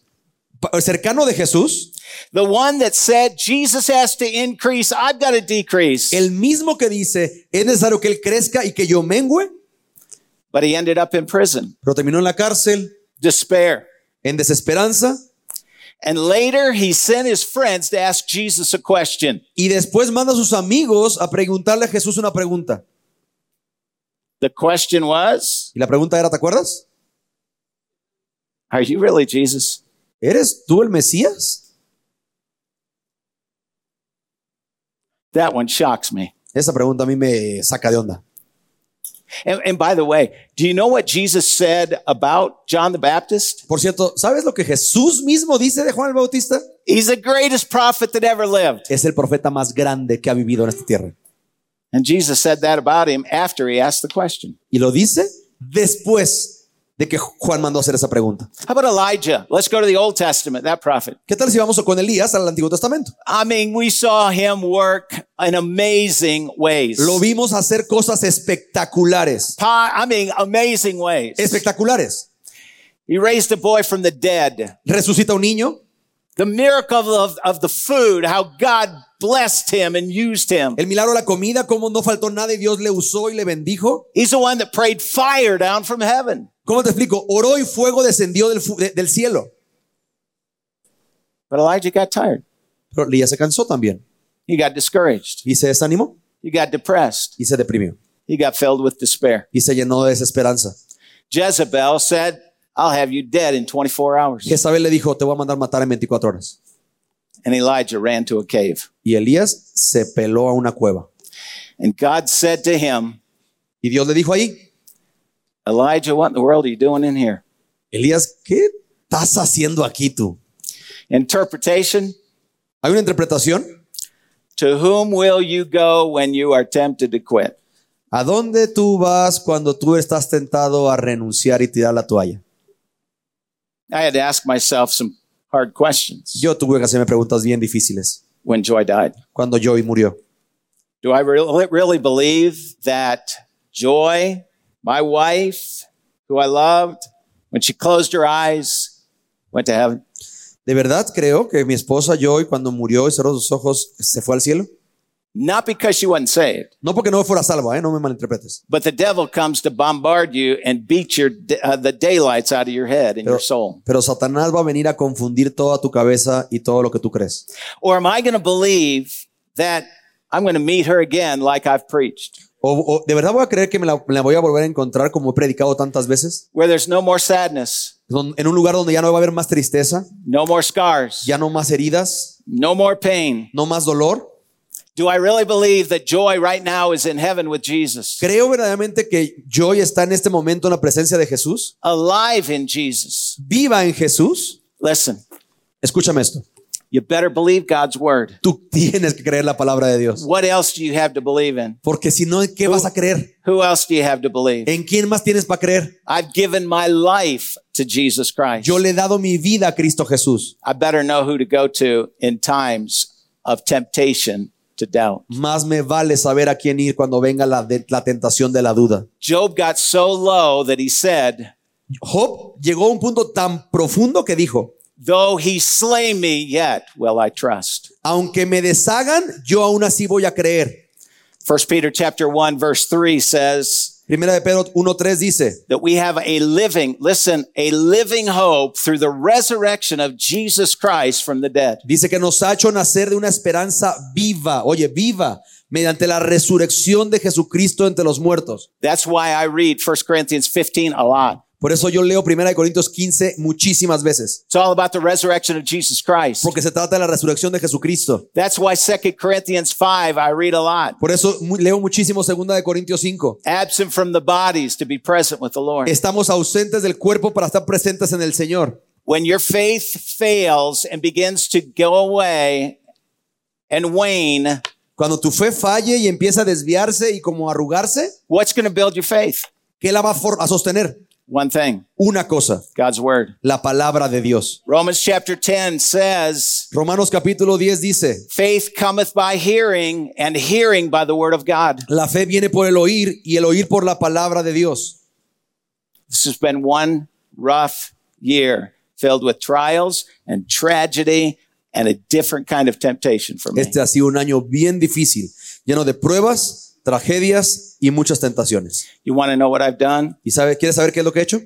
S2: Pa- Cercano de Jesús,
S1: the one that said, Jesus has to increase, I've got to decrease.
S2: El mismo que dice, es necesario que él crezca y que yo mengüe,
S1: But he ended up in prison,
S2: pero terminó en la cárcel,
S1: despair.
S2: en desesperanza,
S1: And later he sent his friends to ask Jesus a question.
S2: y después manda a sus amigos a preguntarle a Jesús una pregunta.
S1: The question was,
S2: Y la pregunta era, ¿te acuerdas?
S1: Are you really Jesus?
S2: ¿Eres tú el Mesías?
S1: That one shocks me.
S2: Esa pregunta a mí me saca de onda.
S1: And, and by the way, do you know what Jesus said about John the Baptist?
S2: Por cierto, ¿sabes lo que Jesús mismo dice de Juan el Bautista?
S1: He's the greatest prophet that ever lived.
S2: Es el profeta más grande que ha vivido en esta tierra.
S1: And Jesus said that about him after he asked the question.
S2: Y lo dice después de que Juan mandó hacer esa pregunta.
S1: How about Elijah? Let's go to the Old Testament, that prophet.
S2: ¿Qué tal si vamos con Elías al Antiguo Testamento?
S1: I mean, we saw him work in amazing ways.
S2: Lo vimos hacer cosas espectaculares.
S1: Pa- I mean, amazing ways.
S2: espectaculares.
S1: He raised a boy from the dead.
S2: Resucita un niño,
S1: The miracle of, of the food, how God blessed him and used him.
S2: el milagro de la comida, cómo no faltó nada y Dios le usó y le bendijo.
S1: He's the one that prayed fire down from heaven.
S2: ¿Cómo te explico? Oró y fuego descendió del, fu- de- del cielo.
S1: But Elijah got tired.
S2: Pero Elías se cansó también
S1: He got discouraged.
S2: y se desanimó
S1: He got depressed.
S2: y se deprimió
S1: He got filled with despair.
S2: y se llenó de desesperanza.
S1: Jezebel said, I'll have you dead in 24 hours.
S2: Jezabel le dijo, te voy a mandar matar en 24 horas.
S1: And Elijah ran to a cave.
S2: Y Elías se peló a una cueva.
S1: And God said to him,
S2: Y Dios le dijo ahí,
S1: Elijah, what in the world are you doing in here?
S2: Elías, ¿qué estás haciendo aquí tú?
S1: Interpretation
S2: Hay una interpretación.
S1: To whom will you go when you are tempted to quit?
S2: ¿A dónde tú vas cuando tú estás tentado a renunciar y tirar la toalla?
S1: I had to ask myself some hard questions
S2: Yo tuve que hacerme preguntas bien difíciles.
S1: when Joy died.
S2: cuando Joey murió.
S1: Do I re- really believe that Joy, my wife, who I loved, when she closed her eyes, went to heaven?
S2: ¿De verdad creo que mi esposa Joey, cuando murió y cerró sus ojos, se fue al cielo?
S1: Not because she wasn't saved,
S2: No porque no fuera salva, ¿eh? no me malinterpretes.
S1: but the devil comes to bombard you and beat your, uh, the daylights out of your head and your soul.
S2: Pero Satanás va a venir a confundir toda tu cabeza y todo lo que tú crees.
S1: Or am I going to believe that I'm going to meet her again like I've preached,
S2: O, o, de verdad voy a creer que me la, me la voy a volver a encontrar como he predicado tantas veces,
S1: where there's no more sadness,
S2: Don- en un lugar donde ya no va a haber más tristeza,
S1: no more scars,
S2: ya no más heridas,
S1: no more pain?
S2: no más dolor.
S1: Do I really believe that joy right now is in heaven with Jesus,
S2: Creo verdaderamente que Joy está en este momento en la presencia de Jesús,
S1: alive in Jesus?
S2: viva en Jesús.
S1: Listen,
S2: Escúchame esto.
S1: you better believe God's word.
S2: Tú tienes que creer la palabra de Dios,
S1: What else do you have to believe in?
S2: porque si no, ¿en qué vas a creer?
S1: Who else do you have to believe?
S2: ¿En quién más tienes para creer?
S1: I've given my life to Jesus Christ.
S2: Yo le he dado mi vida a Cristo Jesús.
S1: I better know who to go to in times of temptation to doubt.
S2: Más me vale saber a quién ir cuando venga la, de- la tentación de la duda.
S1: Job got so low that he said,
S2: Job llegó a un punto tan profundo que dijo,
S1: Though he slay me, yet will I trust.
S2: aunque me deshagan, yo aún así voy a creer.
S1: First Peter chapter 1 verse 3 says
S2: Primera de Pedro 1.3 dice,
S1: that we have a living, listen, a living hope through the resurrection of Jesus Christ from the dead.
S2: dice que nos ha hecho nacer de una esperanza viva, oye, viva, mediante la resurrección de Jesucristo entre los muertos.
S1: That's why I read 1 Corinthians 15 a lot.
S2: Por eso yo leo Primera de Corintios 15 muchísimas veces,
S1: It's all about the resurrection of Jesus Christ.
S2: porque se trata de la resurrección de Jesucristo.
S1: That's why 2 Corinthians 5 I read a lot.
S2: Por eso mu- leo muchísimo Segunda de Corintios 5.
S1: Absent from the bodies to be present with the Lord.
S2: Estamos ausentes del cuerpo para estar presentes en el Señor.
S1: When your faith fails and begins to go away and wane,
S2: Cuando tu fe falle y empieza a desviarse y como arrugarse,
S1: what's going to build your faith?
S2: ¿qué la va a for- a sostener?
S1: One thing,
S2: Una cosa,
S1: God's word.
S2: la palabra de Dios.
S1: Romans chapter 10 says,
S2: Romanos capítulo 10 dice,
S1: faith cometh by hearing and hearing by the word of God.
S2: la fe viene por el oír y el oír por la palabra de Dios.
S1: This has been one rough year filled with trials and tragedy and a different kind of temptation for me.
S2: Este ha sido un año bien difícil, lleno de pruebas, tragedias y muchas tentaciones.
S1: You want to know what I've done?
S2: ¿Y sabe, quieres saber qué es lo que he hecho?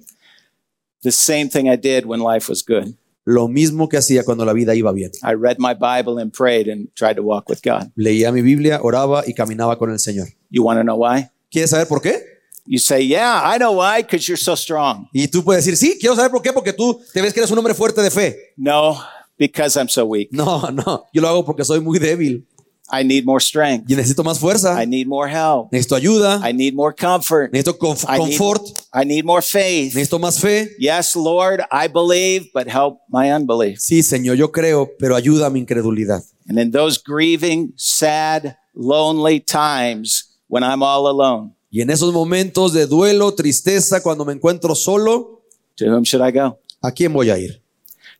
S1: The same thing I did when life was good.
S2: Lo mismo que hacía cuando la vida iba bien.
S1: I read my Bible and prayed and tried to walk with God.
S2: Leía mi Biblia, oraba y caminaba con el Señor.
S1: You want to know why?
S2: ¿Quieres saber por qué?
S1: You say, Yeah, I know why, because you're so strong.
S2: Y tú puedes decir, sí, quiero saber por qué, porque tú te ves que eres un hombre fuerte de fe.
S1: No, because I'm so weak.
S2: No, no, yo lo hago porque soy muy débil
S1: I need more strength.
S2: y necesito más fuerza,
S1: I need more help.
S2: necesito ayuda,
S1: I need more comfort.
S2: necesito conf-
S1: I need,
S2: confort,
S1: I need more faith.
S2: necesito más fe.
S1: Yes, Lord, I believe, but help my unbelief.
S2: Sí, Señor, yo creo, pero ayuda a mi incredulidad.
S1: And in those grieving, sad, lonely times when I'm all alone,
S2: Y en esos momentos de duelo, tristeza, cuando me encuentro solo,
S1: to whom should I go?
S2: ¿a quién voy a ir?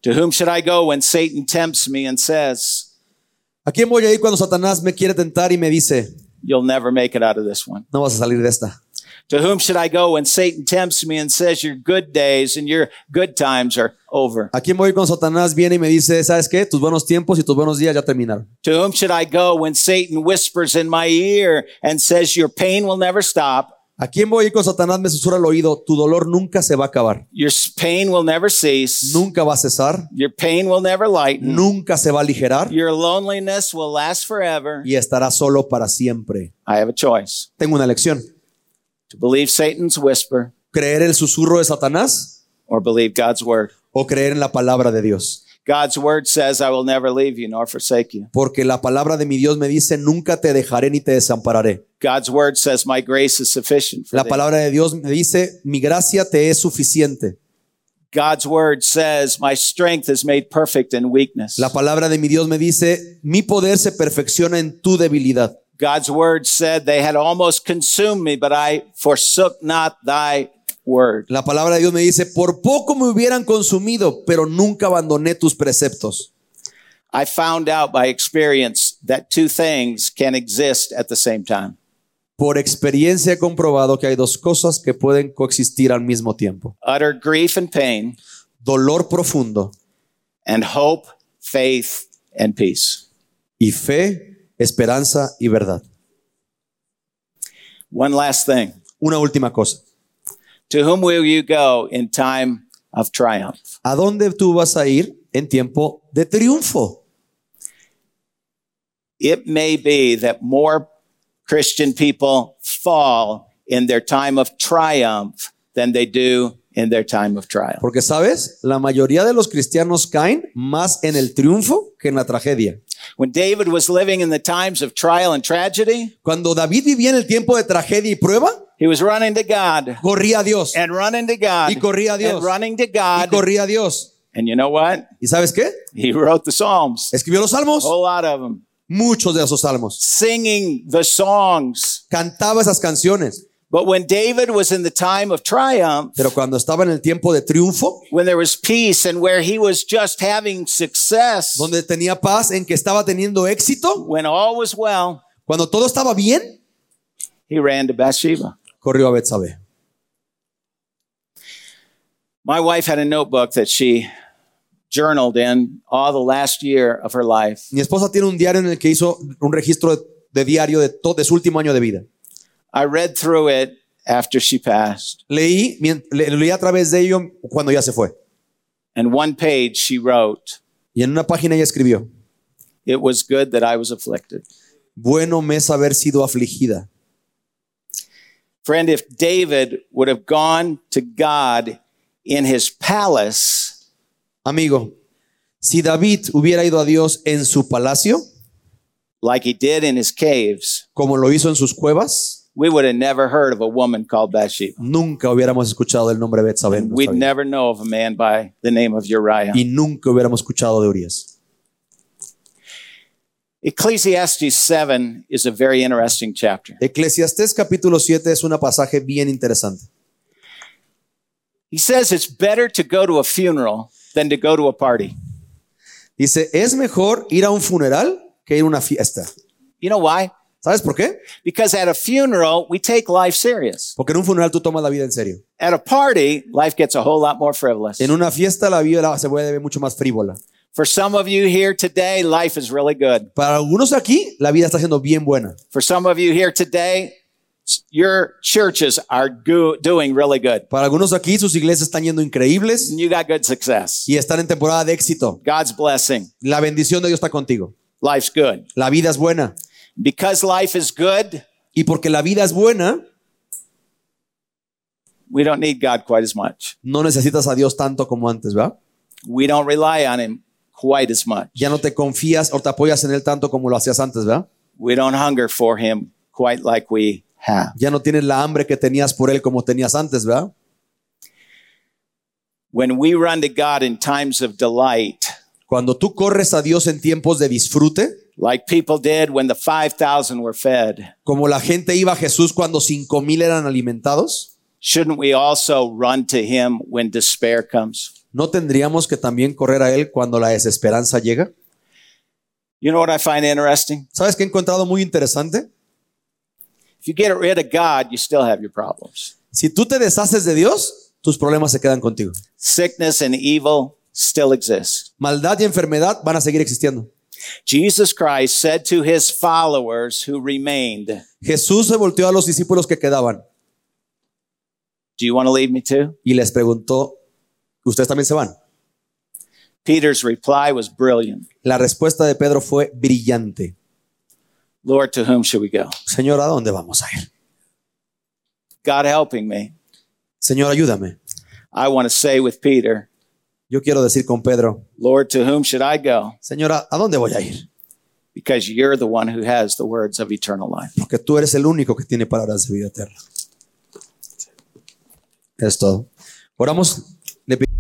S1: To whom should I go when Satan tempts me and says,
S2: ¿A quién voy a ir cuando Satanás me quiere tentar y me dice,
S1: You'll never make it out of this one?
S2: no vas a salir de esta?
S1: To whom should I go when Satan tempts me and says, Your good days and your good times are over?
S2: ¿A quién voy a ir cuando Satanás viene y me dice, sabes qué? Tus buenos tiempos y tus buenos días ya terminaron.
S1: To whom should I go when Satan whispers in my ear and says, Your pain will never stop,
S2: ¿A quién voy a ir cuando Satanás me susurra al oído, tu dolor nunca se va a acabar?
S1: your s- pain will never cease,
S2: nunca va a cesar,
S1: your pain will never lighten,
S2: nunca se va a aligerar
S1: your loneliness will last forever?
S2: y estará solo para siempre.
S1: I have a choice
S2: Tengo una elección.
S1: to believe Satan's whisper
S2: ¿Creer el susurro de Satanás
S1: or believe God's word.
S2: o creer en la palabra de Dios?
S1: God's word says, I will never leave you nor forsake you.
S2: Porque la palabra de mi Dios me dice, nunca te dejaré ni te desampararé.
S1: God's word says, My grace is sufficient for
S2: La
S1: thee.
S2: palabra de Dios me dice, mi gracia te es suficiente.
S1: God's word says, My strength is made perfect in weakness.
S2: La palabra de mi Dios me dice, mi poder se perfecciona en tu debilidad.
S1: God's word said, They had almost consumed me, but I forsook not thy word.
S2: La palabra de Dios me dice, por poco me hubieran consumido, pero nunca abandoné tus preceptos.
S1: I found out by experience that two things can exist at the same time
S2: Por experiencia he comprobado que hay dos cosas que pueden coexistir al mismo tiempo.
S1: utter grief and pain,
S2: Dolor profundo
S1: and hope, faith, and peace.
S2: y fe, esperanza y verdad.
S1: One last thing.
S2: Una última cosa.
S1: To whom will you go in time of triumph?
S2: ¿A dónde tú vas a ir en tiempo de triunfo?
S1: It may be that more Christian people fall in their time of triumph than they do in their time of trial.
S2: Porque, ¿sabes? La mayoría de los cristianos caen más en el triunfo que en la tragedia.
S1: When David was living in the times of trial and tragedy,
S2: Cuando David vivía en el tiempo de tragedia y prueba,
S1: he was running to God
S2: corría a Dios.
S1: and running to God
S2: Y corría a Dios.
S1: and running to
S2: Y
S1: God.
S2: corría a Dios.
S1: And you know what?
S2: ¿Y sabes qué?
S1: He wrote the Psalms,
S2: Escribió los
S1: a
S2: salmos,
S1: whole lot of them,
S2: muchos de esos salmos.
S1: singing the songs.
S2: Cantaba esas canciones,
S1: But when David was in the time of triumph,
S2: pero cuando estaba en el tiempo de triunfo,
S1: when there was peace and where he was just having success,
S2: donde tenía paz, en que estaba teniendo éxito,
S1: when all was well,
S2: cuando todo estaba bien,
S1: he ran to Bathsheba.
S2: corrió a Betsabé.
S1: My wife had a notebook that she journaled in all the last year of her life.
S2: Mi esposa tiene un diario en el que hizo un registro de, de diario de, todo de su último año de vida.
S1: I read through it after she passed,
S2: Leí, mien- le- leí a través de ello cuando ya se fue.
S1: and one page she wrote,
S2: Y en una página ella escribió,
S1: It was good that I was afflicted.
S2: bueno me es haber sido afligida.
S1: Friend, if David would have gone to God in his palace,
S2: Amigo, si David hubiera ido a Dios en su palacio,
S1: like he did in his caves,
S2: como lo hizo en sus cuevas,
S1: we would have never heard of a woman called Bathsheba.
S2: nunca hubiéramos escuchado el nombre de Betsabé. en
S1: We'd
S2: nuestra vida.
S1: never know of a man by the name of Uriah.
S2: Y nunca hubiéramos escuchado de Urias.
S1: Ecclesiastes 7 is a very interesting chapter.
S2: Eclesiastés capítulo 7 es un pasaje bien interesante.
S1: He says it's better to go to a funeral than to go to a party.
S2: Dice, es mejor ir a un funeral que ir a una fiesta.
S1: You know why?
S2: ¿Sabes por qué?
S1: Because at a funeral, we take life serious.
S2: Porque en un funeral tú tomas la vida en serio.
S1: At a party, life gets a whole lot more frivolous.
S2: En una fiesta la vida se vuelve mucho más frívola.
S1: For some of you here today, life is really good.
S2: Para algunos aquí, la vida está siendo bien buena.
S1: For some of you here today, s- your churches are go- doing really good.
S2: Para algunos aquí, sus iglesias están yendo increíbles
S1: You got good success.
S2: y están en temporada de éxito.
S1: God's blessing.
S2: La bendición de Dios está contigo.
S1: Life's good.
S2: La vida es buena.
S1: Because life is good,
S2: Y porque la vida es buena,
S1: we don't need God quite as much.
S2: no necesitas a Dios tanto como antes, ¿verdad?
S1: We don't rely on Him quite as much.
S2: Ya no te confías o te apoyas en Él tanto como lo hacías antes, ¿verdad?
S1: We don't hunger for Him quite like we have.
S2: Ya no tienes la hambre que tenías por Él como tenías antes, ¿verdad?
S1: When we run to God in times of delight,
S2: Cuando tú corres a Dios en tiempos de disfrute,
S1: like people did when the 5,000 were fed,
S2: como la gente iba a Jesús cuando cinco mil eran alimentados,
S1: shouldn't we also run to him when despair comes?
S2: ¿no tendríamos que también correr a Él cuando la desesperanza llega?
S1: You know what I find interesting?
S2: ¿Sabes qué he encontrado muy interesante?
S1: If you get rid of God, you still have your problems.
S2: Si tú te deshaces de Dios, tus problemas se quedan contigo.
S1: Sickness and evil still exist.
S2: Maldad y enfermedad van a seguir existiendo.
S1: Jesus Christ said to his followers who remained,
S2: Jesús se volteó a los discípulos que quedaban
S1: Do you want to leave me too?
S2: y les preguntó, ¿ustedes también se van?
S1: Peter's reply was brilliant.
S2: La respuesta de Pedro fue brillante.
S1: Lord, to whom should we go?
S2: Señor, ¿a dónde vamos a ir?
S1: God helping me.
S2: Señor, ayúdame.
S1: I want to say with Peter,
S2: Yo quiero decir con Pedro,
S1: Lord, to whom should I go?
S2: Señora, ¿a dónde voy a ir?
S1: Because you're the one who has the words of eternal life.
S2: Porque tú eres el único que tiene palabras de vida eterna. Es todo. Oramos. Le pi-